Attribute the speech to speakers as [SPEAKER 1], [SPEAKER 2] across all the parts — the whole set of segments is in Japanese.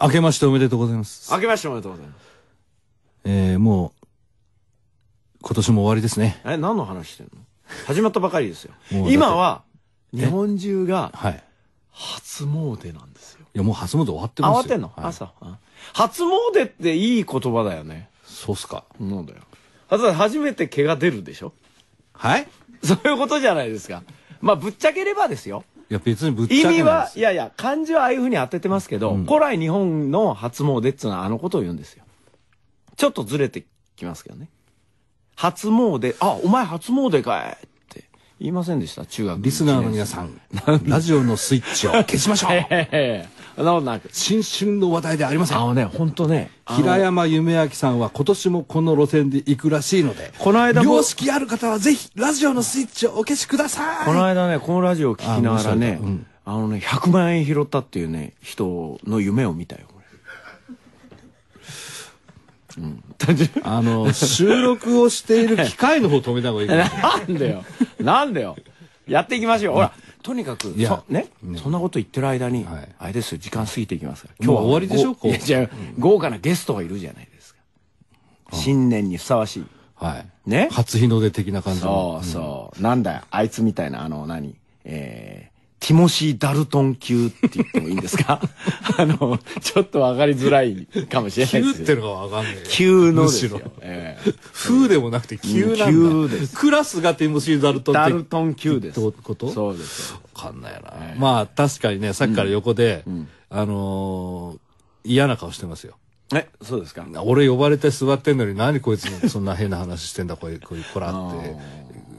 [SPEAKER 1] 明けましておめでとうございます。
[SPEAKER 2] 明けましておめでとうございます。
[SPEAKER 1] えー、もう、今年も終わりですね。
[SPEAKER 2] え、何の話してんの始まったばかりですよ
[SPEAKER 1] もうだっ。て
[SPEAKER 2] 今は、日本中が
[SPEAKER 1] はい。い
[SPEAKER 2] 初詣なんですよ。
[SPEAKER 1] や、もう初詣終わって
[SPEAKER 2] あ
[SPEAKER 1] ますよ。
[SPEAKER 2] 慌てんの、
[SPEAKER 1] はい、
[SPEAKER 2] 朝。あ初詣っていい言葉だよね。
[SPEAKER 1] そうっすか。
[SPEAKER 2] なんだよ。あと初めて毛が出るでしょ
[SPEAKER 1] はい
[SPEAKER 2] そういうことじゃないですか。まあ、ぶっちゃければですよ。
[SPEAKER 1] いや、別にぶっち
[SPEAKER 2] 意
[SPEAKER 1] ゃけ
[SPEAKER 2] 味
[SPEAKER 1] ない
[SPEAKER 2] は
[SPEAKER 1] で、す。
[SPEAKER 2] いやいや、漢字はああいうふうに当ててますけど、古来日本の初詣っていうのはあのことを言うんですよ。ちょっとずれてきますけどね。初詣、あ、お前初�詣かいって言いませんでした、中学
[SPEAKER 1] リスナーの皆
[SPEAKER 2] ん。
[SPEAKER 1] さん、ラジオのスイッ チを消しましょう
[SPEAKER 2] ええ、そんなことなく。
[SPEAKER 1] 新春の話題ではありませ
[SPEAKER 2] あ
[SPEAKER 1] ん。
[SPEAKER 2] のね、ほんとね、あの
[SPEAKER 1] 平山夢明さんは今年もこの路線で行くらしいので、
[SPEAKER 2] この間も
[SPEAKER 1] 良識ある方はぜひ、ラジオのスイッチをお消しください
[SPEAKER 2] この間ね、このラジオを聞きながら
[SPEAKER 1] あ面白
[SPEAKER 2] ね
[SPEAKER 1] い、かうん
[SPEAKER 2] あのね、100万円拾ったっていうね、人の夢を見たよ、これ。うん。単純に
[SPEAKER 1] あの、収録をしている機械の方止めた方がいいか な。
[SPEAKER 2] なんだよ。なんだよ。やっていきましょう。ほら、とにかく、
[SPEAKER 1] いや
[SPEAKER 2] そね、そんなこと言ってる間に、
[SPEAKER 1] はい
[SPEAKER 2] あれですよ、時間過ぎていきますから。
[SPEAKER 1] もう終わりでしょ
[SPEAKER 2] ご
[SPEAKER 1] こう
[SPEAKER 2] いや、じゃ豪華なゲストがいるじゃないですか。新年にふさわしい。
[SPEAKER 1] はい。
[SPEAKER 2] ね
[SPEAKER 1] 初日の出的な感じの。
[SPEAKER 2] そうそう。なんだよ、あいつみたいな、あの、何えー、ティモシー・ダルトン級って言ってもいいんです かあの、ちょっとわかりづらいかもしれない
[SPEAKER 1] 急
[SPEAKER 2] で
[SPEAKER 1] っ
[SPEAKER 2] す
[SPEAKER 1] てのがわかんない。
[SPEAKER 2] 急
[SPEAKER 1] む
[SPEAKER 2] ので
[SPEAKER 1] し
[SPEAKER 2] すよ
[SPEAKER 1] ろ。。
[SPEAKER 2] ええ
[SPEAKER 1] 風でもなくて急なんだ。
[SPEAKER 2] うん急です
[SPEAKER 1] クラスがティモシー・ダルトン
[SPEAKER 2] ダ
[SPEAKER 1] っ
[SPEAKER 2] ル
[SPEAKER 1] て。
[SPEAKER 2] トン級です。
[SPEAKER 1] どういうこと
[SPEAKER 2] そうですよ。
[SPEAKER 1] わかんないな。まあ確かにね、さっきから横で、あのー嫌な顔してますよ。
[SPEAKER 2] え、そうですか
[SPEAKER 1] 俺呼ばれて座ってんのに何こいつそんな変な話してんだこい こいこらって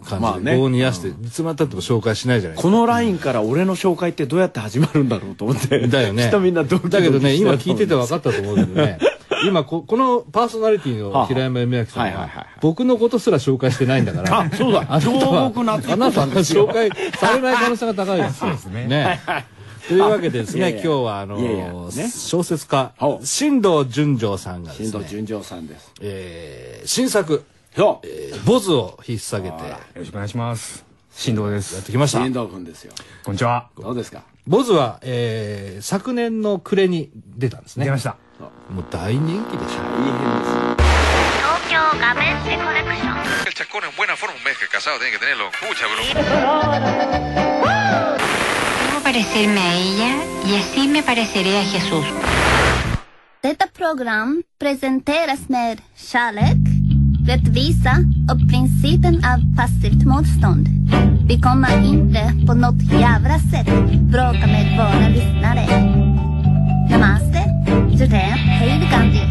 [SPEAKER 2] ま
[SPEAKER 1] 感
[SPEAKER 2] あ
[SPEAKER 1] じ
[SPEAKER 2] ね
[SPEAKER 1] で棒にやして、いつまでたっても紹介しないじゃないですか
[SPEAKER 2] このラインから俺の紹介ってどうやって始まるんだろうと思って。
[SPEAKER 1] だよね。
[SPEAKER 2] きっとみんなドキドキ
[SPEAKER 1] だけどね、
[SPEAKER 2] してる
[SPEAKER 1] 今
[SPEAKER 2] と思
[SPEAKER 1] 聞い
[SPEAKER 2] う
[SPEAKER 1] てて分かったと思うけどね。今こ、このパーソナリティ
[SPEAKER 2] はあ
[SPEAKER 1] の平山夢明さん
[SPEAKER 2] はいはいはい
[SPEAKER 1] は、僕のことすら紹介してないんだから。
[SPEAKER 2] あそうだ
[SPEAKER 1] あなたは
[SPEAKER 2] 京極夏彦
[SPEAKER 1] あなたは紹介されない可能性が高いです。そうですね。というわけでです
[SPEAKER 2] あ
[SPEAKER 1] ね、
[SPEAKER 2] いや
[SPEAKER 1] 今
[SPEAKER 2] いや
[SPEAKER 1] 日はあの
[SPEAKER 2] いやいやね
[SPEAKER 1] ー、小説家
[SPEAKER 2] は、あ
[SPEAKER 1] 新藤淳丈さんがで
[SPEAKER 2] 新
[SPEAKER 1] す
[SPEAKER 2] 藤
[SPEAKER 1] ね、
[SPEAKER 2] 純情さんです。
[SPEAKER 1] えー新作、
[SPEAKER 2] そう。
[SPEAKER 1] えーボズを引っ提げてや
[SPEAKER 3] よろしくお願いします。振動で
[SPEAKER 1] って
[SPEAKER 3] す。
[SPEAKER 1] きました
[SPEAKER 2] 新。藤君ですよ。
[SPEAKER 3] こんにちは。
[SPEAKER 2] どうですか
[SPEAKER 1] ボズは、えー昨年の暮れに出たんです
[SPEAKER 3] 出ま
[SPEAKER 1] ね。
[SPEAKER 3] した。
[SPEAKER 1] もう大人気でしょ。
[SPEAKER 2] 大変ですよ。
[SPEAKER 4] 東京ガメンテコレクション
[SPEAKER 5] El chacón en buena forma, un mes que casado tiene que tenerlo. Pucha, bro.
[SPEAKER 6] Debo parecerme a ella y así me pareceré a Jesús.
[SPEAKER 7] Detta program presenteras med kärlek, rättvisa och principen av passivt motstånd. Vi kommer inte på något jävla sätt bråka med våra lyssnare. Namaste, Jodén, hej Gandhi.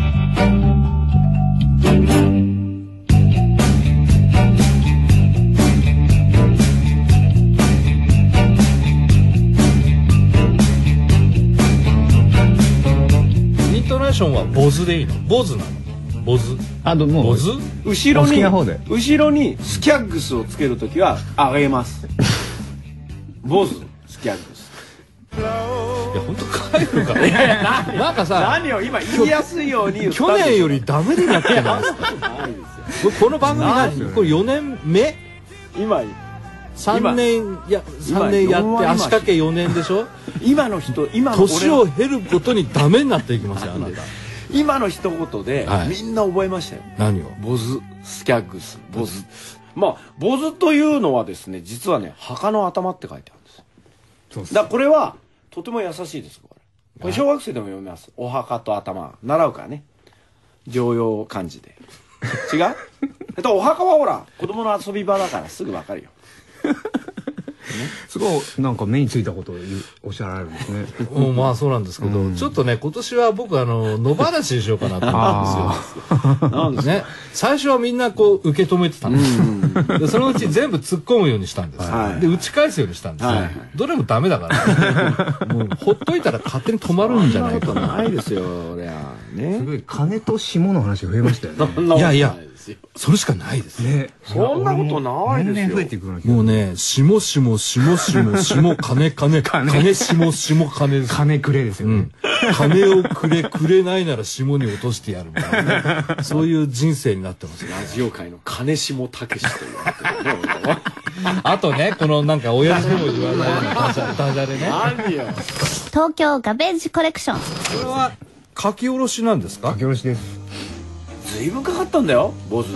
[SPEAKER 1] イントネーションはボズでいいのボズなのボズ
[SPEAKER 3] あ、どうも
[SPEAKER 1] ボズ
[SPEAKER 2] 後
[SPEAKER 3] お
[SPEAKER 2] ろ
[SPEAKER 3] 好
[SPEAKER 2] に
[SPEAKER 3] きな方で、
[SPEAKER 2] 後ろにスキャッグスをつけるときは、あげます。坊主、スキャッグス。
[SPEAKER 1] いや本当帰るからねなんかさ
[SPEAKER 2] 何を今言いやすいように言った
[SPEAKER 1] 去
[SPEAKER 2] でしょ
[SPEAKER 1] 年よりダメになって ないですかこれこの番組何これ4年目
[SPEAKER 2] 今、
[SPEAKER 1] 3年いや三年や
[SPEAKER 2] 今四
[SPEAKER 1] って
[SPEAKER 2] 割
[SPEAKER 1] 足掛け4年で しょ
[SPEAKER 2] 今の人、今の俺
[SPEAKER 1] 年
[SPEAKER 2] の
[SPEAKER 1] を経ることにダメになっていきますよあなた
[SPEAKER 2] 今の一言で
[SPEAKER 1] は、い
[SPEAKER 2] みんな覚えましたよ。
[SPEAKER 1] 何を
[SPEAKER 2] ボズ、スキャッグス、ボズ。まあ、ボズというのはですね、実はね、墓の頭って書いてあるんです。
[SPEAKER 3] そうっす
[SPEAKER 2] だからこれは、とても優しいです、これ。これ小学生でも読めます。お墓と頭。習うからね。常用漢字で。 違うえっと、お墓はほら、子供の遊び場だからすぐわかるよ。
[SPEAKER 3] すごい、なんか目についたことを言うおっしゃられるんです ね。
[SPEAKER 1] うんまあそうなんですけどちょっとね今年は僕あの野放しにしようかなと思うんですよ
[SPEAKER 2] なんです
[SPEAKER 1] ね、最初はみんなこう受け止めてたんですよでそのうち全部突っ込むようにしたんですよ、
[SPEAKER 2] はい
[SPEAKER 1] で打ち返すようにしたんですよ、
[SPEAKER 2] はいはい
[SPEAKER 1] どれもダメだから、もうほっといたら勝手に止まるんじゃ
[SPEAKER 2] そん
[SPEAKER 1] な
[SPEAKER 2] ないこ
[SPEAKER 1] か
[SPEAKER 2] と
[SPEAKER 1] な
[SPEAKER 2] ないですよ、俺は。
[SPEAKER 3] す
[SPEAKER 2] ね。
[SPEAKER 3] ごい、金と霜の話が増えましたよね。
[SPEAKER 2] そんなことない
[SPEAKER 1] いやいや
[SPEAKER 2] ですよ。
[SPEAKER 1] それしかないです
[SPEAKER 3] ね。
[SPEAKER 2] そんなことないですよ
[SPEAKER 3] 年々増えていくような気が
[SPEAKER 1] もうね、しもしもしもしもしも金金金しもしも金です。
[SPEAKER 3] 金くれですよ
[SPEAKER 1] う
[SPEAKER 3] ね
[SPEAKER 1] ん。金をくれくれないなら下に落としてやるみたいな、そういう人生になってますよ
[SPEAKER 2] ラジオ界の金下武史 というわけでね俺は。
[SPEAKER 1] あとね、このなんか親父でも言わないようなダジャダジャレね。
[SPEAKER 2] 何よ。
[SPEAKER 7] 東京ガベージコレクション。
[SPEAKER 1] これは書き下ろしなんです
[SPEAKER 3] 書
[SPEAKER 1] か
[SPEAKER 3] き下ろしです。
[SPEAKER 2] ずいぶんかかったんだよ坊主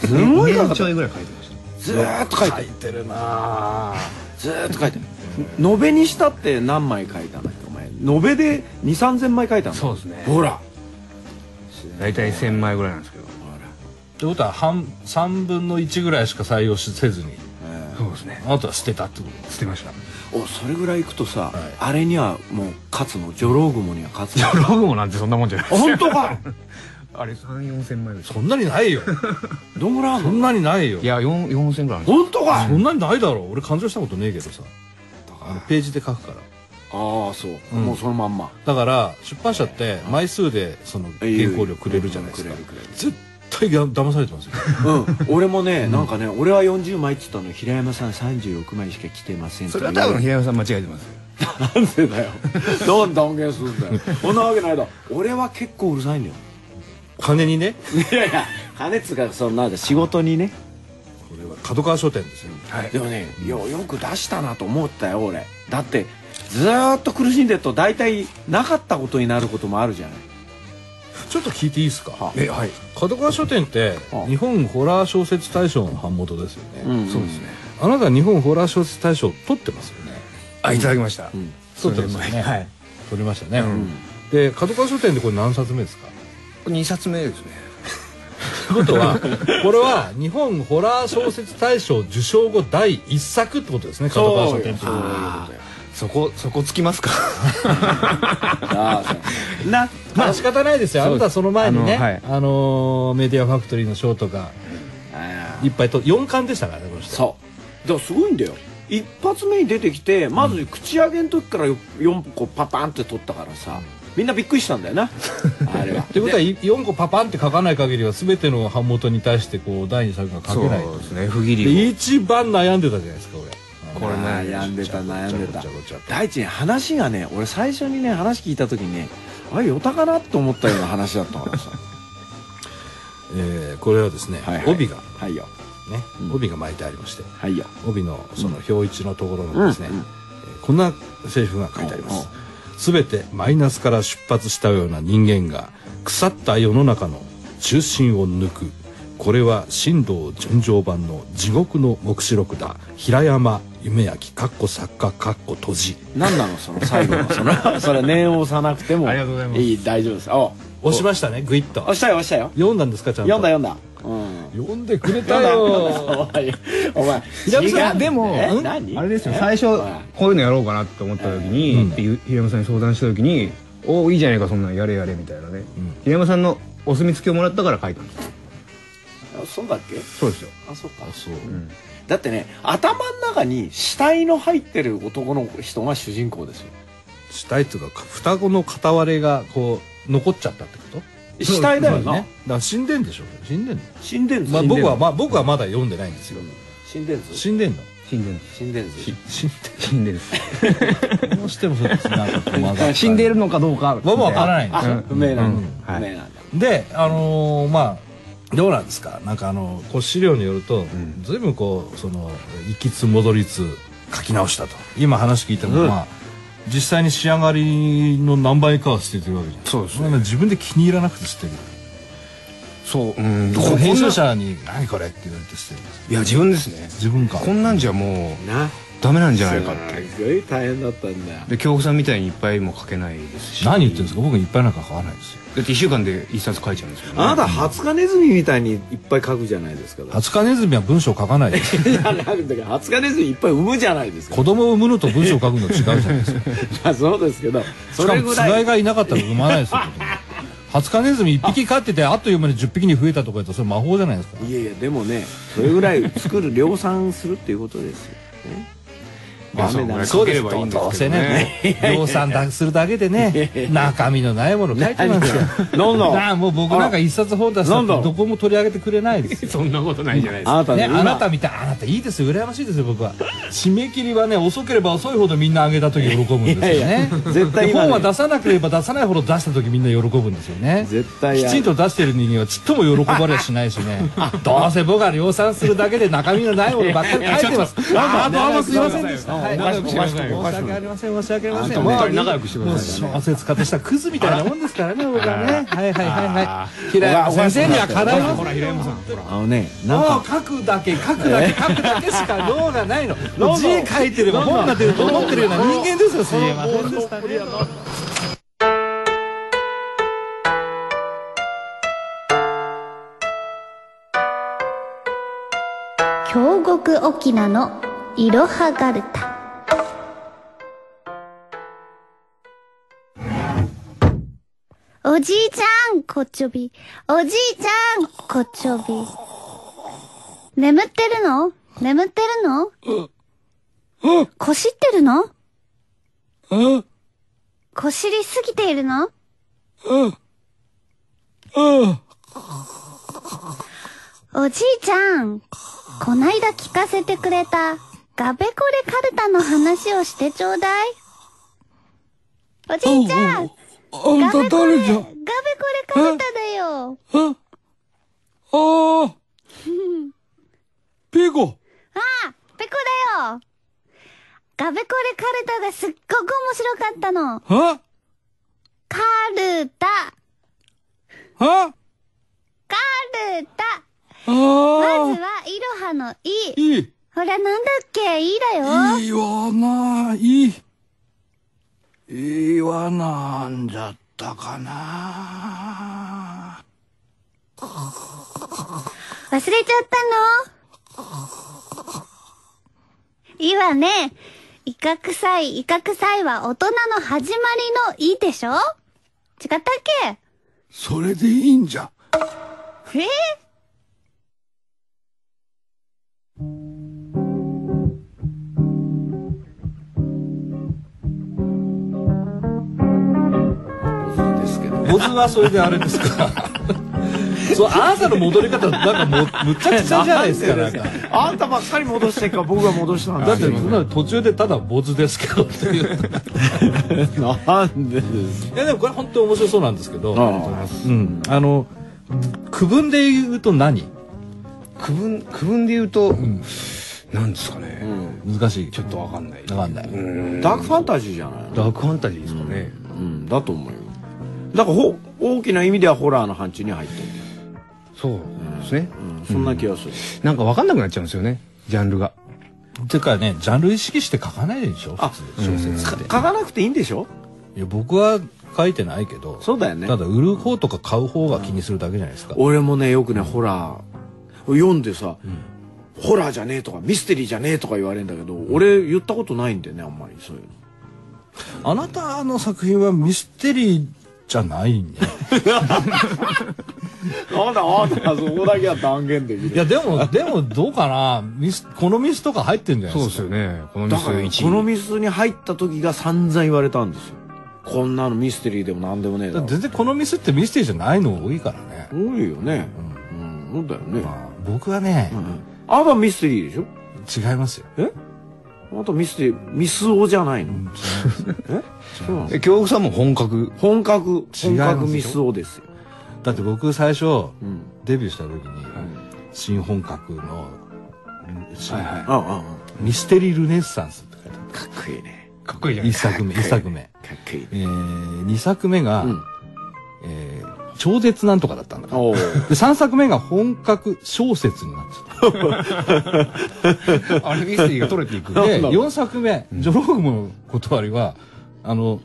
[SPEAKER 2] すんごいかかっ
[SPEAKER 3] 2年ち
[SPEAKER 2] た
[SPEAKER 3] ょいぐらい書いてました。
[SPEAKER 2] ずーっと書いて
[SPEAKER 1] 書いてるなぁ
[SPEAKER 2] ずーっと書いてる延べにしたって何枚書いたんだっけお前延べで2 3千枚書いたんだ
[SPEAKER 3] そうですね
[SPEAKER 2] ほら
[SPEAKER 3] 大体1000枚ぐらいなんですけど。
[SPEAKER 1] ってことは半3分の1ぐらいしか採用しせずに
[SPEAKER 3] そうですね。
[SPEAKER 1] あとは捨てたってこと
[SPEAKER 3] 捨てま した。
[SPEAKER 2] おそれぐらいいくとさ、あれにはもう勝つのジョロウグモには勝つの
[SPEAKER 3] ログもなんてそんなもんじゃない。
[SPEAKER 2] 本当か
[SPEAKER 3] あれ3、4000枚ぐらい。
[SPEAKER 1] そんなにないよ
[SPEAKER 2] どんぐらいあん
[SPEAKER 1] そ
[SPEAKER 2] の
[SPEAKER 1] んなにないよ
[SPEAKER 3] いや、4、4000ぐらいあるんですよ。
[SPEAKER 2] 本当か、
[SPEAKER 1] そんなにないだろう俺感情したことねえけどさあのページで書くから
[SPEAKER 2] ああそう、もうそのまんま
[SPEAKER 1] だから出版社って枚数でその原稿料くれるじゃないですか
[SPEAKER 2] くれるくれる
[SPEAKER 1] 絶対が騙されてますよ
[SPEAKER 2] うん、俺もね、なんかね俺は40枚って言ったの平山さん36枚しか来てません
[SPEAKER 3] それは多分
[SPEAKER 2] とか
[SPEAKER 3] 平山さん間違えてますよ。
[SPEAKER 2] 言うなんでだよどん断言するんだよそんなわけないだろ俺は結構うるさいんだよ
[SPEAKER 1] 金にね
[SPEAKER 2] いやいや金つうかそのなんか仕事にね
[SPEAKER 1] これは角川書店ですよ
[SPEAKER 2] でもねよよく出したなと思ったよ俺だってずーっと苦しんでると大体なかったことになることもあるじゃない
[SPEAKER 1] ちょっと聞いていいですか
[SPEAKER 3] え、はい。
[SPEAKER 1] 角川書店って
[SPEAKER 2] はあ
[SPEAKER 1] 日本ホラー小説大賞の版元ですよね、
[SPEAKER 2] ん
[SPEAKER 3] そうですね。
[SPEAKER 1] あなた日本ホラー小説大賞取ってますよね
[SPEAKER 3] あ、いただきました。
[SPEAKER 1] 取ってますよね
[SPEAKER 3] はい。
[SPEAKER 1] 取りましたね、で角川書店でこれ何冊目ですか
[SPEAKER 3] 2冊目ですね。
[SPEAKER 1] と いうことはこれは日本ホラー小説大賞受賞後第一作ってことですね角川書店っていうのは
[SPEAKER 3] そこ、そこつきますか。
[SPEAKER 2] ああそうな
[SPEAKER 1] まあ仕方ないですよあなたはその前にね
[SPEAKER 3] あのはい
[SPEAKER 1] あのーメディアファクトリーの賞とかいっぱいと4巻でしたからねこの人
[SPEAKER 2] そうだからすごいんだよ一発目に出てきてまず口上げの時からよ4個パパンって取ったからさみんなびっくりしたんだよ なあれは
[SPEAKER 1] ということは4個パパンって書かない限りは全ての版元に対してこう第2作が書けない
[SPEAKER 3] そうですね。不義理を。
[SPEAKER 1] で一番悩んでたじゃないですか俺
[SPEAKER 3] これね
[SPEAKER 2] 悩んでた悩んでた
[SPEAKER 1] ごちゃごちゃごちゃごちゃ
[SPEAKER 2] 大地ね話がね俺最初にね話聞いた時にねあれヨタかなと思ったような話だったから さ
[SPEAKER 1] えーこれはですね、
[SPEAKER 2] はいはい
[SPEAKER 1] 帯がね
[SPEAKER 2] はいよ
[SPEAKER 1] 帯が巻いてありまして
[SPEAKER 2] はいよ
[SPEAKER 1] 帯のその表一のところのですね、
[SPEAKER 2] うんうん
[SPEAKER 1] えーこんなセリフが書いてありますすべてマイナスから出発したような人間が腐った世の中の中心を抜くこれは神道純情版の地獄の目視録だ平山夢明かっこ作家かっこ閉じ
[SPEAKER 2] 何なのその最後のその それ念を押さなくても
[SPEAKER 3] ありがとうございます
[SPEAKER 2] いい大丈夫ですお
[SPEAKER 1] 押しましたねグイッと
[SPEAKER 2] 押したよ押したよ
[SPEAKER 1] 読んだんですかちゃんと
[SPEAKER 2] 読んだ読んだうん
[SPEAKER 1] 読んでくれた
[SPEAKER 2] 読んだ読ん
[SPEAKER 1] よ
[SPEAKER 2] だお前お前
[SPEAKER 3] 平山
[SPEAKER 2] 違
[SPEAKER 3] さ
[SPEAKER 2] うん
[SPEAKER 3] でも
[SPEAKER 2] え
[SPEAKER 3] うん
[SPEAKER 2] 何
[SPEAKER 3] あれですよ最初こういうのやろうかなって思った時に、っていう平山さんに相談した時に「おおいいじゃないかそんなんやれやれ」みたいなね、平山さんのお墨付きをもらったから書いたんです
[SPEAKER 2] あそうだっけ
[SPEAKER 3] そうですよ
[SPEAKER 2] あそうか
[SPEAKER 1] あそう、
[SPEAKER 2] だってね頭の中に死体の入ってる男の人が主人公ですよ
[SPEAKER 1] 死体っていうか双子の片割れがこう残っちゃったってこと
[SPEAKER 2] 死体だよな、
[SPEAKER 1] ね、だから死んでんでしょ死んでんの、
[SPEAKER 2] 死んでんぞ、
[SPEAKER 1] まあ、
[SPEAKER 2] 死んでん
[SPEAKER 1] 僕
[SPEAKER 2] ぞ
[SPEAKER 1] は、まあ、僕はまだ読んでないんですよ
[SPEAKER 2] 死んでんぞ
[SPEAKER 1] 死んでんの
[SPEAKER 3] 死んでる
[SPEAKER 2] 死んでんぞ
[SPEAKER 1] 死ん
[SPEAKER 3] 死んで る
[SPEAKER 1] でどうしてもそうですねなんかこうまだ
[SPEAKER 3] 死んでるのかどうか
[SPEAKER 1] 僕もわからないんですよ
[SPEAKER 2] あ不明なんだ、
[SPEAKER 3] うんはい
[SPEAKER 2] 不明なんだ、
[SPEAKER 1] であのーまあどうなんですかなんかあのこう資料によると、随分こうその行きつ戻りつ書き直したと今話聞いたのは、まあ実際に仕上がりの何倍かは捨ててるわけじゃない
[SPEAKER 3] そうですね
[SPEAKER 1] んな自分で気に入らなくて捨てる
[SPEAKER 3] そううん
[SPEAKER 1] こう編集
[SPEAKER 3] こんな
[SPEAKER 1] 者に「何これ?」って言われて捨てるんです
[SPEAKER 3] いや自分ですね
[SPEAKER 1] 自分か
[SPEAKER 3] こんなんじゃもう
[SPEAKER 2] な
[SPEAKER 3] ダメなんじゃないかって
[SPEAKER 2] すごい大変だったんだよ
[SPEAKER 3] で京子さんみたいにいっぱいも書けないですし
[SPEAKER 1] 何言ってるんですか僕いっぱいなんか書かないですよ
[SPEAKER 3] だって1週間で1冊書いちゃうんですよ、ね、
[SPEAKER 2] あなたハツカネズミみたいにいっぱい書くじゃないですかだ
[SPEAKER 1] ハツカネズミは文章書かないです
[SPEAKER 2] っていやなんだからハツカネズミいっぱい産むじゃないですか
[SPEAKER 1] 子供を産むのと文章書くの違うじゃないですか
[SPEAKER 2] まあそうですけど
[SPEAKER 1] し
[SPEAKER 2] そ
[SPEAKER 1] か
[SPEAKER 2] れ
[SPEAKER 1] も
[SPEAKER 2] ぐ
[SPEAKER 1] つが
[SPEAKER 2] ら
[SPEAKER 1] い
[SPEAKER 2] い
[SPEAKER 1] がいなかったら産まないですよ子供ハツカネズミ1匹飼っててあっという間に10匹に増えたとかやったらそれ魔法じゃないですか
[SPEAKER 2] いやいやでもねそれぐらい作る量産するっていうことですよね
[SPEAKER 3] まあ
[SPEAKER 2] ダメだ
[SPEAKER 3] そうです書ければいいんですけどね
[SPEAKER 1] どうせね量産だするだけでね中身のないもの書いてますよ
[SPEAKER 2] どんどん
[SPEAKER 1] なあもう僕なんか一冊本出した
[SPEAKER 2] どん
[SPEAKER 1] ら
[SPEAKER 2] どん
[SPEAKER 1] どこも取り上げてくれないですよ
[SPEAKER 3] そんなことないじゃない
[SPEAKER 2] あなた
[SPEAKER 1] ね、
[SPEAKER 2] ね
[SPEAKER 1] あなたみたいあなたいいですよ羨ましいですよ僕は締め切りはね遅ければ遅いほどみんな上げた時喜ぶんですよね
[SPEAKER 2] いやいや絶対
[SPEAKER 1] で
[SPEAKER 2] 今
[SPEAKER 1] 本
[SPEAKER 2] ね
[SPEAKER 1] は出さなければ出さないほど出した時みんな喜ぶんですよね
[SPEAKER 2] 絶対
[SPEAKER 1] き
[SPEAKER 2] や
[SPEAKER 1] ちんと出してる人間はちっとも喜ばれはしないしねどうせ僕は量産するだけで中身のないものばっかり書いてますあーどうもすいませんでした
[SPEAKER 2] はい
[SPEAKER 3] おかしくおかしく
[SPEAKER 2] 申し
[SPEAKER 3] おかしく
[SPEAKER 2] 訳ありません申し訳ありません
[SPEAKER 3] あんたも二人仲良くしてくださいね
[SPEAKER 2] もう小説家としたクズみたいなもんですからね僕はねはいはいはいはい
[SPEAKER 3] 平山
[SPEAKER 2] 先生にはかな
[SPEAKER 3] ほ
[SPEAKER 2] い
[SPEAKER 3] ら
[SPEAKER 2] ま
[SPEAKER 3] ほら平山さんほら
[SPEAKER 2] あのねなん
[SPEAKER 1] も
[SPEAKER 2] か
[SPEAKER 1] う書くだけ書くだけ書くだけしか 脳がないのもう字書いてれば本が出ると思ってるような人間ですよすいませんでしたね
[SPEAKER 7] 京極沖縄のいろはがるたおじいちゃんこっちょびおじいちゃんこっちょび眠ってるの眠ってるのこしってるのこしりすぎているのおじいちゃん、こないだ聞かせてくれた、ガベコレカルタの話をしてちょうだい。おじいちゃん、ガベコレ、ガベコレカルタだよ。
[SPEAKER 1] ああペコ
[SPEAKER 7] ペコだよ。ガベコレカルタがすっごく面白かったの。
[SPEAKER 1] は
[SPEAKER 7] カルタ、
[SPEAKER 1] は
[SPEAKER 7] カルタ。ま
[SPEAKER 1] あ
[SPEAKER 7] ずは、イロハの
[SPEAKER 1] あ
[SPEAKER 7] イ。
[SPEAKER 1] いい
[SPEAKER 7] ほら、なんだっけ、イだよ。
[SPEAKER 1] いいわないいいわなんだったかな
[SPEAKER 7] 忘れちゃったのいはね、イカ臭い、イカ臭いは大人の始まりのいでしょ違ったっけ
[SPEAKER 1] それでいいんじゃ
[SPEAKER 7] え
[SPEAKER 2] ですけど
[SPEAKER 1] ボズはそれであれですか そうあなたの戻り方なんかもうむちゃくちゃじゃないですかなんか
[SPEAKER 2] あんたばっかり戻してっから僕が戻したん
[SPEAKER 1] だ
[SPEAKER 2] だ
[SPEAKER 1] っ
[SPEAKER 2] ってて
[SPEAKER 1] そんなの途中でただボズですけどって いう
[SPEAKER 2] なんでです
[SPEAKER 1] いやでもこれ本当に面白そうなんですけど
[SPEAKER 2] ありがとうござい
[SPEAKER 1] うん、あの区分で言うと何
[SPEAKER 3] 区分区分で言うと、なんですかね、
[SPEAKER 1] 難しい
[SPEAKER 3] ちょっとわかんない
[SPEAKER 1] 分かんない、
[SPEAKER 2] ダークファンタジーじゃない
[SPEAKER 3] ダークファンタジーですかね、
[SPEAKER 2] うんだと思うよだからほ大きな意味ではホラーの範疇に入ってる、
[SPEAKER 3] そうですね、
[SPEAKER 2] うん、そんな気がする、
[SPEAKER 3] なんかわかんなくなっちゃうんですよねジャンルが
[SPEAKER 1] ていうかねジャンル意識して書かないでしょ
[SPEAKER 2] あ
[SPEAKER 1] 普通小説って、
[SPEAKER 2] 書かなくていいんでしょ
[SPEAKER 1] いや僕は書いてないけど
[SPEAKER 2] そうだよね
[SPEAKER 1] ただ売る方とか買う方が気にするだけじゃないですか、
[SPEAKER 2] 俺もねよくねホラー読んでさ、ホラーじゃねえとかミステリーじゃねえとか言われるんだけど、俺言ったことないんだよねあんまりそういうの
[SPEAKER 1] あなたの作品はミステリーじゃないね
[SPEAKER 2] なんだあんたそこだけは断言でき
[SPEAKER 1] いやでも でもどうかなミスこのミスとか入ってんじゃない
[SPEAKER 3] そ
[SPEAKER 1] で
[SPEAKER 3] うですす
[SPEAKER 1] か
[SPEAKER 3] よねこのミ
[SPEAKER 2] だ
[SPEAKER 3] ス
[SPEAKER 2] から
[SPEAKER 3] 1
[SPEAKER 2] このミスに入った時が散々言われたんですよこんなのミステリーでも何でもねえ
[SPEAKER 1] だ
[SPEAKER 2] だ
[SPEAKER 1] から
[SPEAKER 2] ろ
[SPEAKER 1] 全然このミスってミステリーじゃないの多いからね、
[SPEAKER 2] 多いよねうん、そうだよね、
[SPEAKER 1] まあ、僕はね、
[SPEAKER 2] うん、あなたミステリーでしょ
[SPEAKER 1] 違いますよ
[SPEAKER 2] えあなたミステリーミスオじゃないの、 えそうなの
[SPEAKER 3] え京極さんも本格
[SPEAKER 2] 本
[SPEAKER 1] 違
[SPEAKER 2] 格
[SPEAKER 1] い
[SPEAKER 2] 本
[SPEAKER 1] ますよ
[SPEAKER 2] 格ミスオですよ
[SPEAKER 1] だって僕最初
[SPEAKER 2] うん
[SPEAKER 1] デビューした時に新本格の、新
[SPEAKER 2] ああああ
[SPEAKER 1] ミステリールネッサンスって書いてあ
[SPEAKER 2] かっこいいね
[SPEAKER 3] かっこいいじゃ
[SPEAKER 1] る一作 目一作目
[SPEAKER 2] かっこいいね
[SPEAKER 1] えー、2作目が、
[SPEAKER 2] うん
[SPEAKER 1] えー超絶なんとかだったんだから。
[SPEAKER 2] おお
[SPEAKER 1] で、3作目が本格小説になっちゃっ
[SPEAKER 3] あれミステリーが取れてい く
[SPEAKER 1] た。で、
[SPEAKER 2] なんだ ろう
[SPEAKER 1] 4作目、ジョローグムの断りは、あの、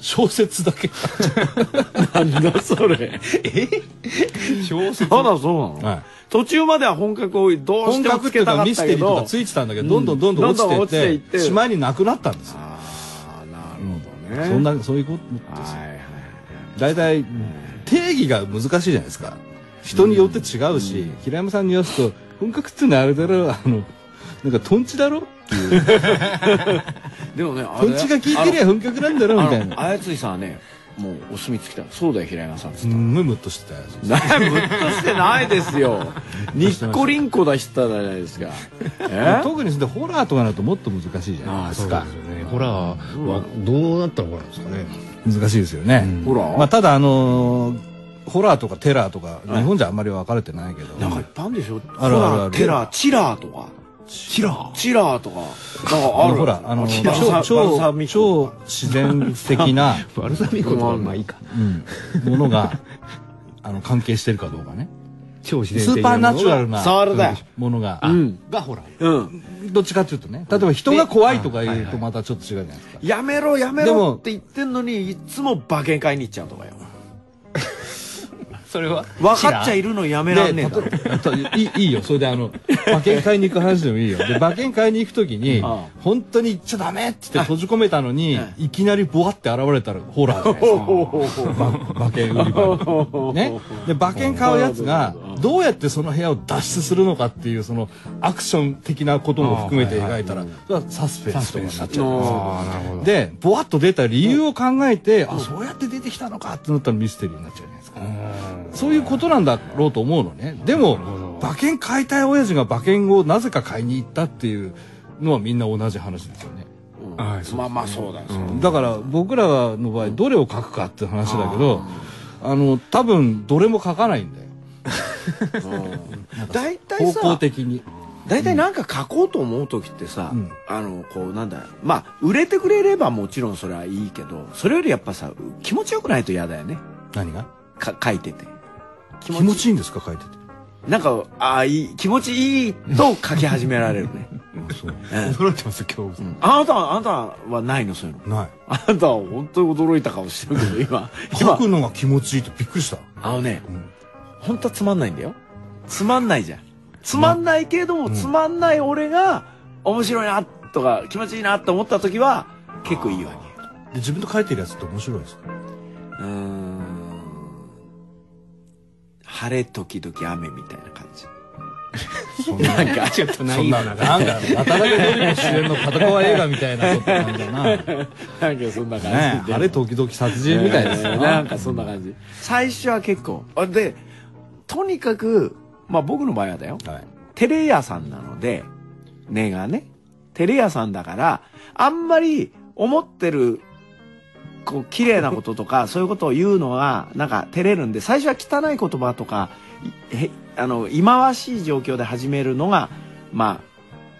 [SPEAKER 1] 小説だ け。
[SPEAKER 2] なんだそれえ
[SPEAKER 3] 小説
[SPEAKER 2] ただそうなの、
[SPEAKER 1] はい
[SPEAKER 2] 途中までは本格をどうし
[SPEAKER 1] 本
[SPEAKER 2] ても
[SPEAKER 1] 格
[SPEAKER 2] つ
[SPEAKER 1] ってい
[SPEAKER 2] け
[SPEAKER 1] う
[SPEAKER 2] たか
[SPEAKER 1] か
[SPEAKER 2] っ
[SPEAKER 1] ミス
[SPEAKER 2] た
[SPEAKER 1] テ
[SPEAKER 2] け
[SPEAKER 1] リーとか
[SPEAKER 2] ど
[SPEAKER 1] ついてたんだけど、どんどんどんどん落ち
[SPEAKER 2] どんどん落ち
[SPEAKER 1] て
[SPEAKER 2] て
[SPEAKER 1] い
[SPEAKER 2] い
[SPEAKER 1] っ、
[SPEAKER 2] ってて
[SPEAKER 1] しまいになくなったんですよ。
[SPEAKER 2] ああなるほどね、
[SPEAKER 1] そんな、そういうことです
[SPEAKER 2] は
[SPEAKER 1] よ。
[SPEAKER 2] いはい
[SPEAKER 1] 大体、定義が難しいじゃないですか。人によって違うし、平山さんに言わすと、本格っていうのはあれだろ、あの、なんかトンチだろ
[SPEAKER 2] でもねあ
[SPEAKER 1] トンチが効いてりゃ本格なんだろみ
[SPEAKER 2] あ
[SPEAKER 1] たい
[SPEAKER 2] の
[SPEAKER 1] な。
[SPEAKER 2] あやついさんはねもうお墨付きだそうだよ平山さんっつ
[SPEAKER 1] す
[SPEAKER 2] って
[SPEAKER 1] んごいムッとしてたやつ。
[SPEAKER 2] 何ぶっとしてないで すよにっこりんこ出したじゃないですかえ
[SPEAKER 1] 特にそれでホラーとかなるともっと難しいじゃない
[SPEAKER 2] あ
[SPEAKER 1] です
[SPEAKER 3] そう
[SPEAKER 1] か
[SPEAKER 3] で。すよねホラーはどうなったのかなんですかね
[SPEAKER 1] 難しいですよね。
[SPEAKER 2] ほら、
[SPEAKER 1] まあただあのーホラーとかテラーとか日本じゃあんまり分かれてないけど。
[SPEAKER 2] なんかいっぱいあるんでしょ
[SPEAKER 1] あるあるある
[SPEAKER 2] ほらテラーチラーとかチラーチラーとかなんかある
[SPEAKER 1] ほら、あの、
[SPEAKER 2] チラー
[SPEAKER 1] 超、
[SPEAKER 2] バルサ
[SPEAKER 1] 超、
[SPEAKER 2] ミコ
[SPEAKER 1] 超自然的な
[SPEAKER 3] バルサミコとかまあいいか。
[SPEAKER 1] ものが、あの、関係してるかどうかね。
[SPEAKER 3] 超自然
[SPEAKER 1] ス
[SPEAKER 3] 的
[SPEAKER 1] ーパーナチュラル
[SPEAKER 3] な
[SPEAKER 1] な
[SPEAKER 2] 触るだよ
[SPEAKER 1] ものが、がほら、
[SPEAKER 2] うん
[SPEAKER 1] どっちかっていうとね、例えば人が怖いとか言うとまたちょっと違うじゃないですか。
[SPEAKER 2] やめろやめ
[SPEAKER 1] で
[SPEAKER 2] ろ
[SPEAKER 1] も
[SPEAKER 2] って言ってんのにいつも馬券買いに行っちゃうとかよ
[SPEAKER 1] それは
[SPEAKER 2] 分かっちゃいるのやめらんねえだろ
[SPEAKER 1] で例えばいいいいよそれであの馬券買いに行く話でもいいよで馬券買いに行く時に
[SPEAKER 2] ああ
[SPEAKER 1] 本当に行っちゃダメっつって閉じ込めたのに
[SPEAKER 2] はい
[SPEAKER 1] いきなりボワって現れたらホラーじゃない ですか 馬馬券売り場にねで馬券買うやつがどうやってその部屋を脱出するのかっていうそのアクション的なことも含めて描いたらそれはサスペンスとかになっちゃう
[SPEAKER 3] あーな るほど。
[SPEAKER 1] でぼわっと出た理由を考えて、あそうやって出てきたのかってなったらミステリーになっちゃうじゃないですか、そういうことなんだろうと思うのねでも馬券買いたい親父が馬券をなぜか買いに行ったっていうのはみんな同じ話ですよね
[SPEAKER 3] はいそう
[SPEAKER 2] まあまあそうだよ、
[SPEAKER 1] だから僕らの場合どれを書くかって話だけどあの多分どれも書かないんだよ
[SPEAKER 2] 大体
[SPEAKER 1] 方
[SPEAKER 2] さ
[SPEAKER 1] 向的に
[SPEAKER 2] 大体なんか書こうと思う時ってさ、
[SPEAKER 1] うん
[SPEAKER 2] あのこうなんだまあ売れてくれればもちろんそれはいいけどそれよりやっぱさ気持ちよくないと嫌だよね
[SPEAKER 1] 何が
[SPEAKER 2] か書いてて
[SPEAKER 1] 気持ちいいんですか書いてて
[SPEAKER 2] なんかああいい気持ちいいと書き始められる ね
[SPEAKER 3] 驚いてます今日。
[SPEAKER 2] あなたはあなたはないのそういうの
[SPEAKER 1] ない
[SPEAKER 2] あなたは本当に驚いた顔してるけど今
[SPEAKER 1] 書
[SPEAKER 2] 今
[SPEAKER 1] くのが気持ちいいとびっくりした
[SPEAKER 2] あのね、本当はつまんないんだよつまんないじゃんつまんないけれども、つまんない俺が面白いなとか気持ちいいなと思った時は結構いいわけ
[SPEAKER 1] で自分と書いてるやつって面白いですか
[SPEAKER 2] うーん晴れ時々雨みたいな感じ。なんか、ちょっと
[SPEAKER 1] そんな、なんか、渡辺典子主演の片川映画みたいなことなんだな。ね
[SPEAKER 2] なんかそんな
[SPEAKER 1] え、
[SPEAKER 2] 感じで。
[SPEAKER 1] あれ時々殺人みたいですよ
[SPEAKER 2] えー
[SPEAKER 1] な。
[SPEAKER 2] なんかそんな感じ。最初は結構。あで、とにかく、まあ僕の場合はだよ。
[SPEAKER 1] はい。
[SPEAKER 2] テレ屋さんなので、根がね。テレ屋さんだから、あんまり思ってる、こう、綺麗なこととか、そういうことを言うのは、なんか照れるんで、最初は汚い言葉とか、いへあの、忌まわしい状況で始めるのが、まあ、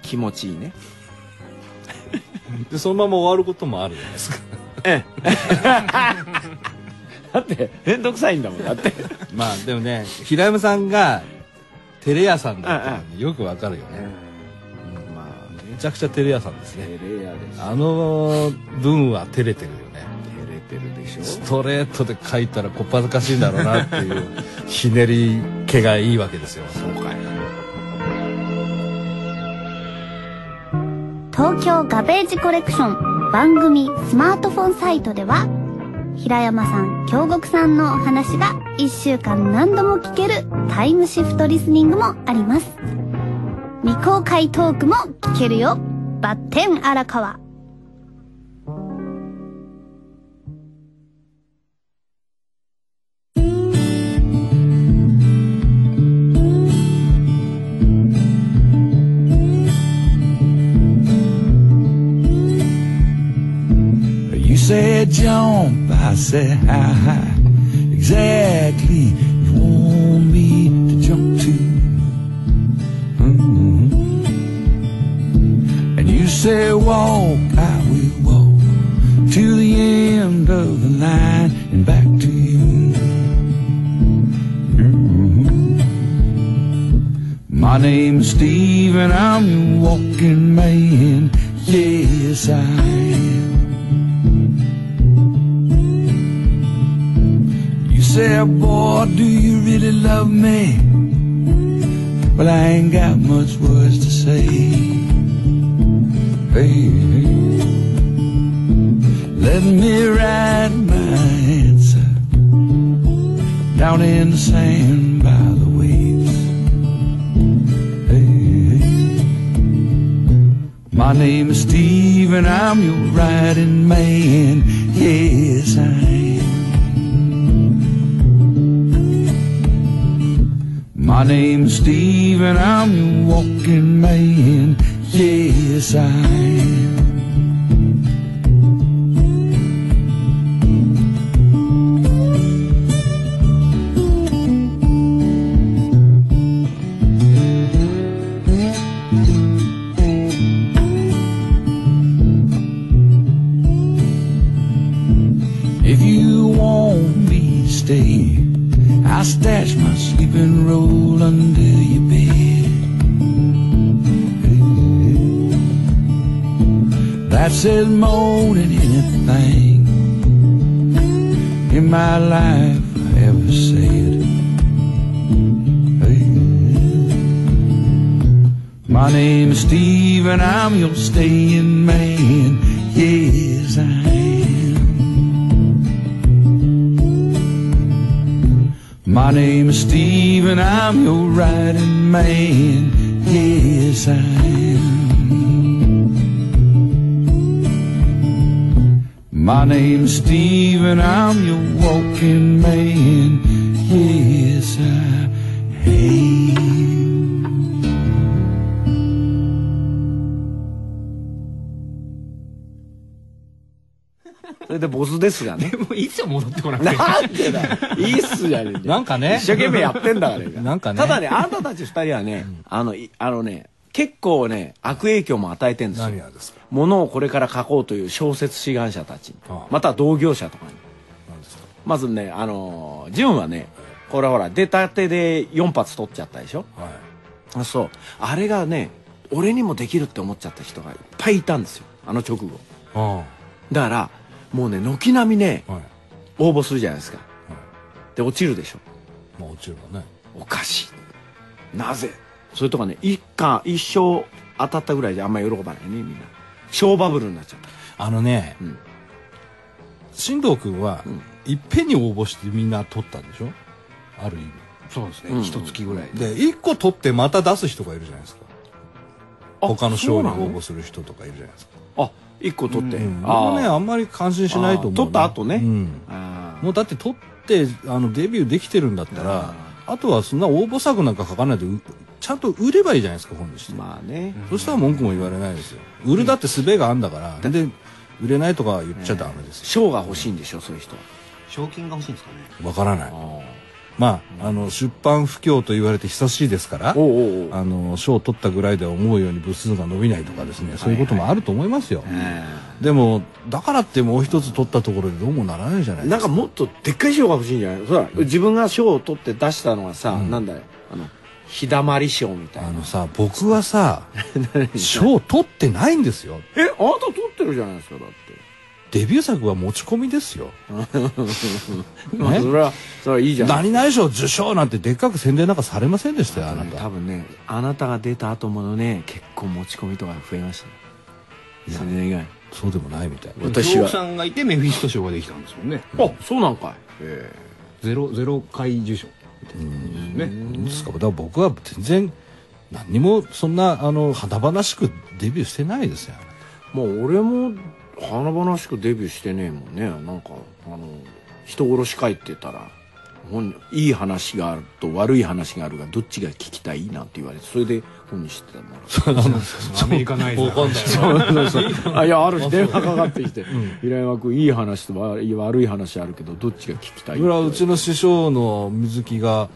[SPEAKER 2] 気持ちいいね。
[SPEAKER 1] で、そのまま終わることもあるじゃないですか。
[SPEAKER 2] だって、めんどくさいんだもん、だって。
[SPEAKER 1] まあ、でもね、平山さんが、テレ屋さんだったのによくわかるよね。
[SPEAKER 2] まあ、
[SPEAKER 1] めちゃくちゃテレ屋さんですね。
[SPEAKER 2] テレ屋です。
[SPEAKER 1] あの文は照れてるよね。
[SPEAKER 2] 照れてるでしょ
[SPEAKER 1] ストレートで書いたらこっぱずかしいんだろうなっていう、ひねり気がいいわけですよ。
[SPEAKER 2] そうかい。
[SPEAKER 7] 東京ガベージコレクション番組スマートフォンサイトでは平山さん京極さんのお話が1週間何度も聞けるタイムシフトリスニングもあります未公開トークも聞けるよバッテン荒川
[SPEAKER 8] You said jump, I said hi hi. Exactly, you want me to jump to. Mhm. And you said walk, I will walk to the end of the line and back to you. Mhm. My name is Steve and I'm your walking man. Yes, I am. You said, boy, do you really love me? Well, I ain't got much words to say. Hey, let me write my answer down in the sand by the waves. Hey, my name is Steve, and I'm your riding man. Yes, I am. My name's Steve and I'm your walking man. Yes, I am. If you want me to stay, I stash my sleeping roll under your bed. That says more than anything in my life I ever said. My name is Steve and I'm your staying man. Yes, I am. My name is Steve and I'm your riding man. Yes, I am. My name's Steve and I'm your walking man. Yes, I am.
[SPEAKER 2] それでボスですがね。
[SPEAKER 9] もういつも戻ってこなくて。
[SPEAKER 2] なんでだよいいっすじゃねえんだよ
[SPEAKER 1] なんかね
[SPEAKER 2] 一生懸命やってんだから今
[SPEAKER 1] なんかね
[SPEAKER 2] ただね、あんたたち二人はね、あの、いあのね、結構ね、悪影響も与えてんですよ。
[SPEAKER 1] 何がですか
[SPEAKER 2] ものをこれから書こうという小説志願者たちに
[SPEAKER 1] ああ
[SPEAKER 2] または同業者とかに
[SPEAKER 1] 何ですか
[SPEAKER 2] まずねあのージュンはねこれほら出たてで4発取っちゃったでしょ
[SPEAKER 1] はい
[SPEAKER 2] あそうあれがね俺にもできるって思っちゃった人がいっぱいいたんですよあの直後
[SPEAKER 1] あ
[SPEAKER 2] だからもうね軒並みね
[SPEAKER 1] あはい
[SPEAKER 2] 応募するじゃないですかで落ちるでしょ
[SPEAKER 1] まあ落ちるわね
[SPEAKER 2] おかしいなぜそれとかね一巻一生当たったぐらいじゃあんまり喜ばないねみんな小バブルになっちゃった
[SPEAKER 1] あのね、
[SPEAKER 2] ん
[SPEAKER 1] 進藤君は、
[SPEAKER 2] ん
[SPEAKER 1] いっぺんに応募してみんな取ったんでしょある意
[SPEAKER 9] そうですね。一月ぐらい。
[SPEAKER 1] 味で1個取ってまた出す人がいるじゃないですか
[SPEAKER 2] あ
[SPEAKER 1] 他の賞に
[SPEAKER 2] そうな
[SPEAKER 1] 応募する人とかいるじゃないですか
[SPEAKER 2] あ一個取って、
[SPEAKER 1] うん、
[SPEAKER 2] あ
[SPEAKER 1] あね
[SPEAKER 2] あ
[SPEAKER 1] あんまり感心しないと思うな
[SPEAKER 2] 取った後ね
[SPEAKER 1] うん
[SPEAKER 2] あ
[SPEAKER 1] もうだって取ってあのデビューできてるんだったらあとはそんな応募作なんか書かないでうちゃんと売ればいいじゃないですか本にして、
[SPEAKER 2] ーまあね、
[SPEAKER 1] そしたら文句も言われないですよ売るだって術があんだから、全然売れないとか言っちゃダメですよ
[SPEAKER 2] 賞が欲しいんでしょそういう人は
[SPEAKER 9] 賞金が欲しいんですかね。
[SPEAKER 1] わからないまああの出版不況と言われて久しいですから
[SPEAKER 2] おうおうおう
[SPEAKER 1] あの賞を取ったぐらいでは思うように部数が伸びないとかですねそういうこともあると思いますよ、でもだからってもう一つ取ったところでどうもならないじゃないで
[SPEAKER 2] なん
[SPEAKER 1] す
[SPEAKER 2] か
[SPEAKER 1] か
[SPEAKER 2] もっとでっかい賞が欲しいんじゃないそら自分が賞を取って出したのはさ、なんだよあの日だまり賞みたい
[SPEAKER 1] あ
[SPEAKER 2] な
[SPEAKER 1] のさ僕は さ賞取ってないんですよ
[SPEAKER 2] えあなた取ってるじゃないですかだっ
[SPEAKER 1] デビュー作は持ち込みですよ
[SPEAKER 2] て、 まあ、
[SPEAKER 1] ね
[SPEAKER 2] それはそれはいいじゃない
[SPEAKER 1] 何々賞受賞なんてでっかく宣伝なんかされませんでしたよあな
[SPEAKER 2] 多
[SPEAKER 1] た
[SPEAKER 2] 分ねあなたが出た後ものね結構持ち込みとか増えましたねそれ以外
[SPEAKER 1] そうでもないみたい
[SPEAKER 2] 私
[SPEAKER 3] ジョ
[SPEAKER 2] は
[SPEAKER 3] ーさんがいてメフィスト賞ができたんですもんね
[SPEAKER 2] あそうなんかい
[SPEAKER 3] ゼロゼロ回受賞ね
[SPEAKER 1] ですかだから僕は全然何にもそんなあの華々しくデビューしてないですよ
[SPEAKER 2] まあ俺も華々しくデビューしてねえもんねなんかあの人殺し書いてたら本にいい話があると悪い話があるがどっちが聞きたいなんて言われてそれで本にしてたもん
[SPEAKER 3] アメリカナイズだから
[SPEAKER 2] あ いやある日電話かかってきて「平山君いい話と悪い悪い話あるけどどっちが聞きたい?」
[SPEAKER 1] それはうちの師匠の水木が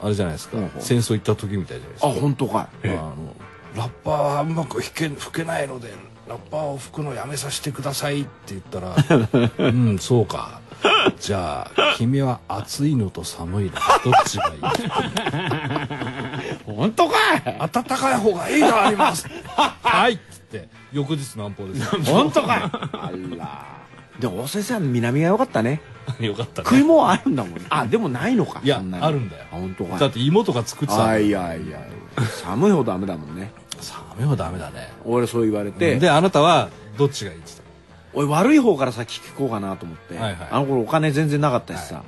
[SPEAKER 1] あれじゃないですか
[SPEAKER 2] うんうん
[SPEAKER 1] 戦争行った時みたいじゃないです
[SPEAKER 2] あ
[SPEAKER 1] か
[SPEAKER 2] 本当かい
[SPEAKER 1] あのラッパーはうまく弾け吹けないのでラッパーを吹くのやめさせてくださいって言ったら「 うんそうかじゃあ君は暑いのと寒いのどっち がいい?」
[SPEAKER 2] 本当かい
[SPEAKER 1] 「暖かい方がいいがあります」 はいっつって翌日南方です
[SPEAKER 2] 本当かいあらでも大瀬さん南が良かったね
[SPEAKER 1] よかった
[SPEAKER 2] 食い物あるんだもんねあでもないのか
[SPEAKER 1] いや
[SPEAKER 2] そなに
[SPEAKER 1] あるんだよ
[SPEAKER 2] あ本当かい
[SPEAKER 1] だって芋とか作ってた
[SPEAKER 2] あ
[SPEAKER 1] の
[SPEAKER 2] いやいや寒いほどダメだもんね
[SPEAKER 1] 寒いはダメだね
[SPEAKER 2] 俺そう言われて、
[SPEAKER 1] であなたはどっちがいいっつっ
[SPEAKER 2] 俺悪い方からさ聞こうかなと思って、
[SPEAKER 1] はいはい
[SPEAKER 2] あの頃お金全然なかったしさ、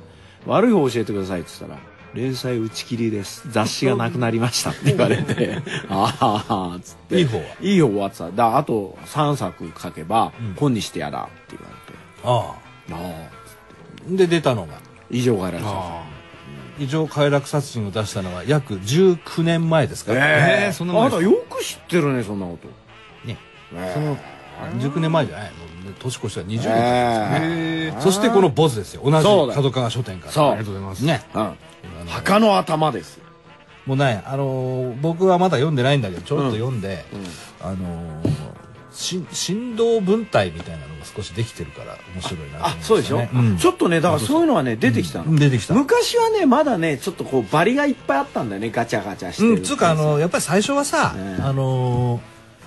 [SPEAKER 2] 悪い方教えてくださいって言ったら連載打ち切りです雑誌がなくなりましたって言われてああっつって
[SPEAKER 1] いい方はい
[SPEAKER 2] い方はっつったらだあと3作書けば本にしてやらって
[SPEAKER 1] たああ
[SPEAKER 2] 言われて、ああ
[SPEAKER 1] で出たのが
[SPEAKER 2] 以上からです
[SPEAKER 1] 異常快楽殺人を出したのは約19年前ですから
[SPEAKER 2] ええ
[SPEAKER 3] そんな
[SPEAKER 2] あ
[SPEAKER 3] もん
[SPEAKER 2] な
[SPEAKER 3] です
[SPEAKER 2] たよく知ってるねそんなこと
[SPEAKER 1] ねその19年前じゃないもうね年越しは20年、
[SPEAKER 2] ええ
[SPEAKER 1] そしてこのボズですよ同じ
[SPEAKER 2] そうだ
[SPEAKER 1] 角川書店から
[SPEAKER 2] そう
[SPEAKER 1] ありがとうございますね
[SPEAKER 2] うん墓の頭ですよ
[SPEAKER 1] もうねあのー僕はまだ読んでないんだけどちょろっと読んで、あのーし振動分体みたいなのが少しできてるから面白いなと思いま
[SPEAKER 2] あ
[SPEAKER 1] したね
[SPEAKER 2] そうでしょ、
[SPEAKER 1] ん
[SPEAKER 2] ちょっとねだからそういうのはね出てきたの、
[SPEAKER 1] うん出てきた
[SPEAKER 2] 昔はねまだねちょっとこうバリがいっぱいあったんだよねガチャガチャしてる
[SPEAKER 1] う
[SPEAKER 2] っ
[SPEAKER 1] ん
[SPEAKER 2] て
[SPEAKER 1] つうかあのやっぱり最初はさ、
[SPEAKER 2] ええ
[SPEAKER 1] あのー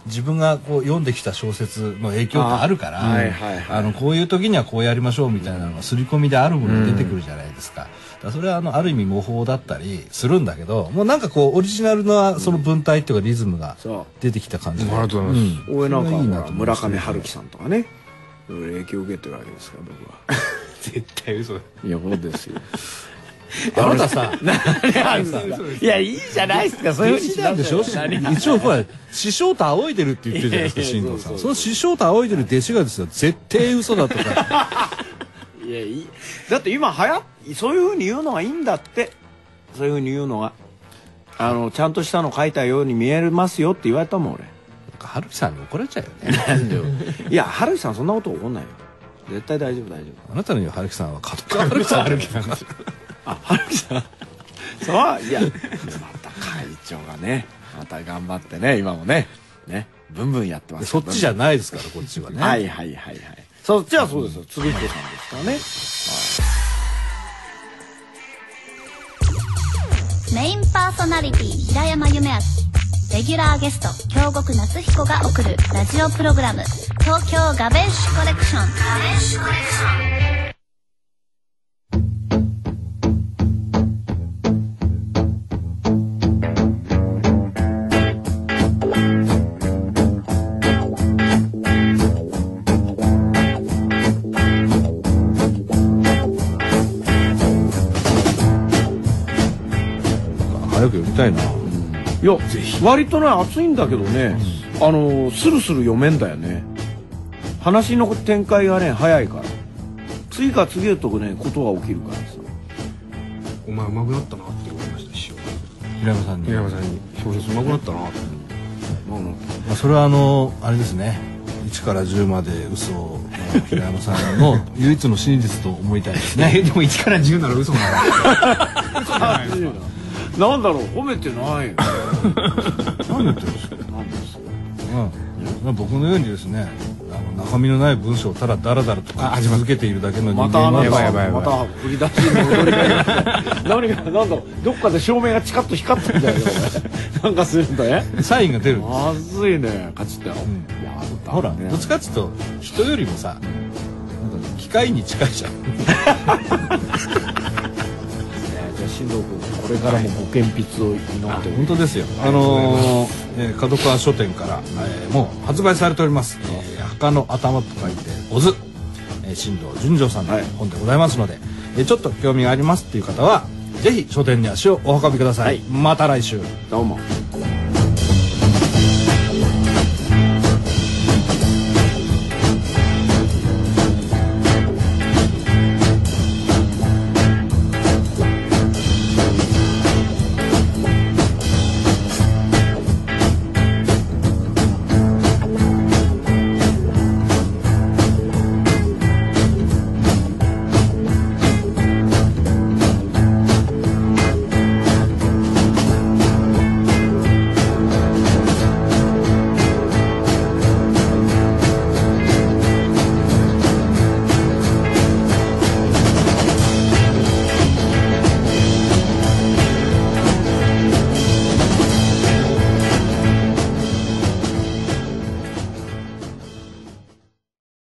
[SPEAKER 1] 自分がこう読んできた小説の影響ってあるから
[SPEAKER 2] あはいはいはい
[SPEAKER 1] あのこういう時にはこうやりましょうみたいなのが刷り込みであるものに出てくるじゃないですか,、だからそれはあのある意味模倣だったりするんだけどもうなんかこうオリジナルなその文体っていうかリズムが
[SPEAKER 2] そ
[SPEAKER 1] 出てきた感じ
[SPEAKER 3] ありがとうございます
[SPEAKER 1] ん
[SPEAKER 2] う俺なんか
[SPEAKER 1] それがいいなと
[SPEAKER 2] ほら
[SPEAKER 1] 思いま
[SPEAKER 2] 村
[SPEAKER 1] すね
[SPEAKER 2] 上春樹さんとかね俺影響受けてるわけですから僕は
[SPEAKER 9] 絶対嘘だ
[SPEAKER 2] いやそうですよ
[SPEAKER 1] あなたさ
[SPEAKER 2] いやいいじゃないですかそういう
[SPEAKER 1] 弟
[SPEAKER 2] ふうに
[SPEAKER 1] 子
[SPEAKER 2] し
[SPEAKER 1] な
[SPEAKER 2] なんん
[SPEAKER 1] でしょ
[SPEAKER 2] でしょ
[SPEAKER 1] 一応ほら師匠と仰いでるって言ってるじゃないですか
[SPEAKER 2] いやいや
[SPEAKER 1] 進藤さん
[SPEAKER 2] そうそう
[SPEAKER 1] その師匠と仰いでる弟子がですよ絶対嘘だと か
[SPEAKER 2] いやいいだって今はやそういうふうに言うのはいいんだってそういうふうに言うのがあのちゃんとしたの書いたように見えますよって言われたもん俺
[SPEAKER 1] 春樹さんに怒られちゃうよね
[SPEAKER 2] いや春樹さんそんなこと怒んないよ絶対大丈夫大丈夫
[SPEAKER 1] あなたの言う春樹さんは加藤春樹さん
[SPEAKER 2] あ春樹さんそういやまた会長がねまた頑張ってね今もねねブンブンやってま す
[SPEAKER 1] そっちじゃないですからこっちはね
[SPEAKER 2] はいはいはいはいそっちはそうですよ鶴彦さんですからね
[SPEAKER 7] メインパーソナリティ平山夢明レギュラーゲスト京極夏彦が送るラジオプログラム「東京ガベッシュコレクション」
[SPEAKER 1] 早く読みたいない
[SPEAKER 2] や割とね熱いんだけどね、あのスルスル読めんだよね話の展開がね早いから次から次へとねことが起きるからさ
[SPEAKER 3] お前うまくなったなって思いました師匠
[SPEAKER 1] 平山さんに
[SPEAKER 3] 平山さんに小説うまくなったなって
[SPEAKER 1] まあそれはあのあれですね1から10まで嘘を平山さん の唯一の真実と思いたい ですね
[SPEAKER 3] でも1から10なら嘘なら
[SPEAKER 2] なんだろう褒めてないよ
[SPEAKER 1] 何言ってるんですか、
[SPEAKER 2] なんです
[SPEAKER 1] うんまあ、僕のようにですねあの中身のない文章をただダラダラと書き続けているだけの人
[SPEAKER 2] またあ
[SPEAKER 1] 間は
[SPEAKER 2] なた
[SPEAKER 3] ばいやばいやば
[SPEAKER 2] ま
[SPEAKER 3] い
[SPEAKER 2] た振り出しに戻りがい何かなんだろうどっかで照明がチカッと光ったんだよね俺なんかするんだね
[SPEAKER 1] サインが出るんです
[SPEAKER 2] まずいね勝ちって、
[SPEAKER 1] ん
[SPEAKER 2] いや
[SPEAKER 1] ほらどっちかっつうと人よりもさなんか機械に近いじゃん
[SPEAKER 2] じゃあ進藤君これからもご鉛筆を祈って
[SPEAKER 1] 本当ですよあのーえー角川書店から、えーもう発売されております「えー墓の頭」と書いて「おず」えー新藤純情さんの本でございますので、えーちょっと興味がありますっていう方はぜひ書店に足をお運びください、また来週
[SPEAKER 2] どうも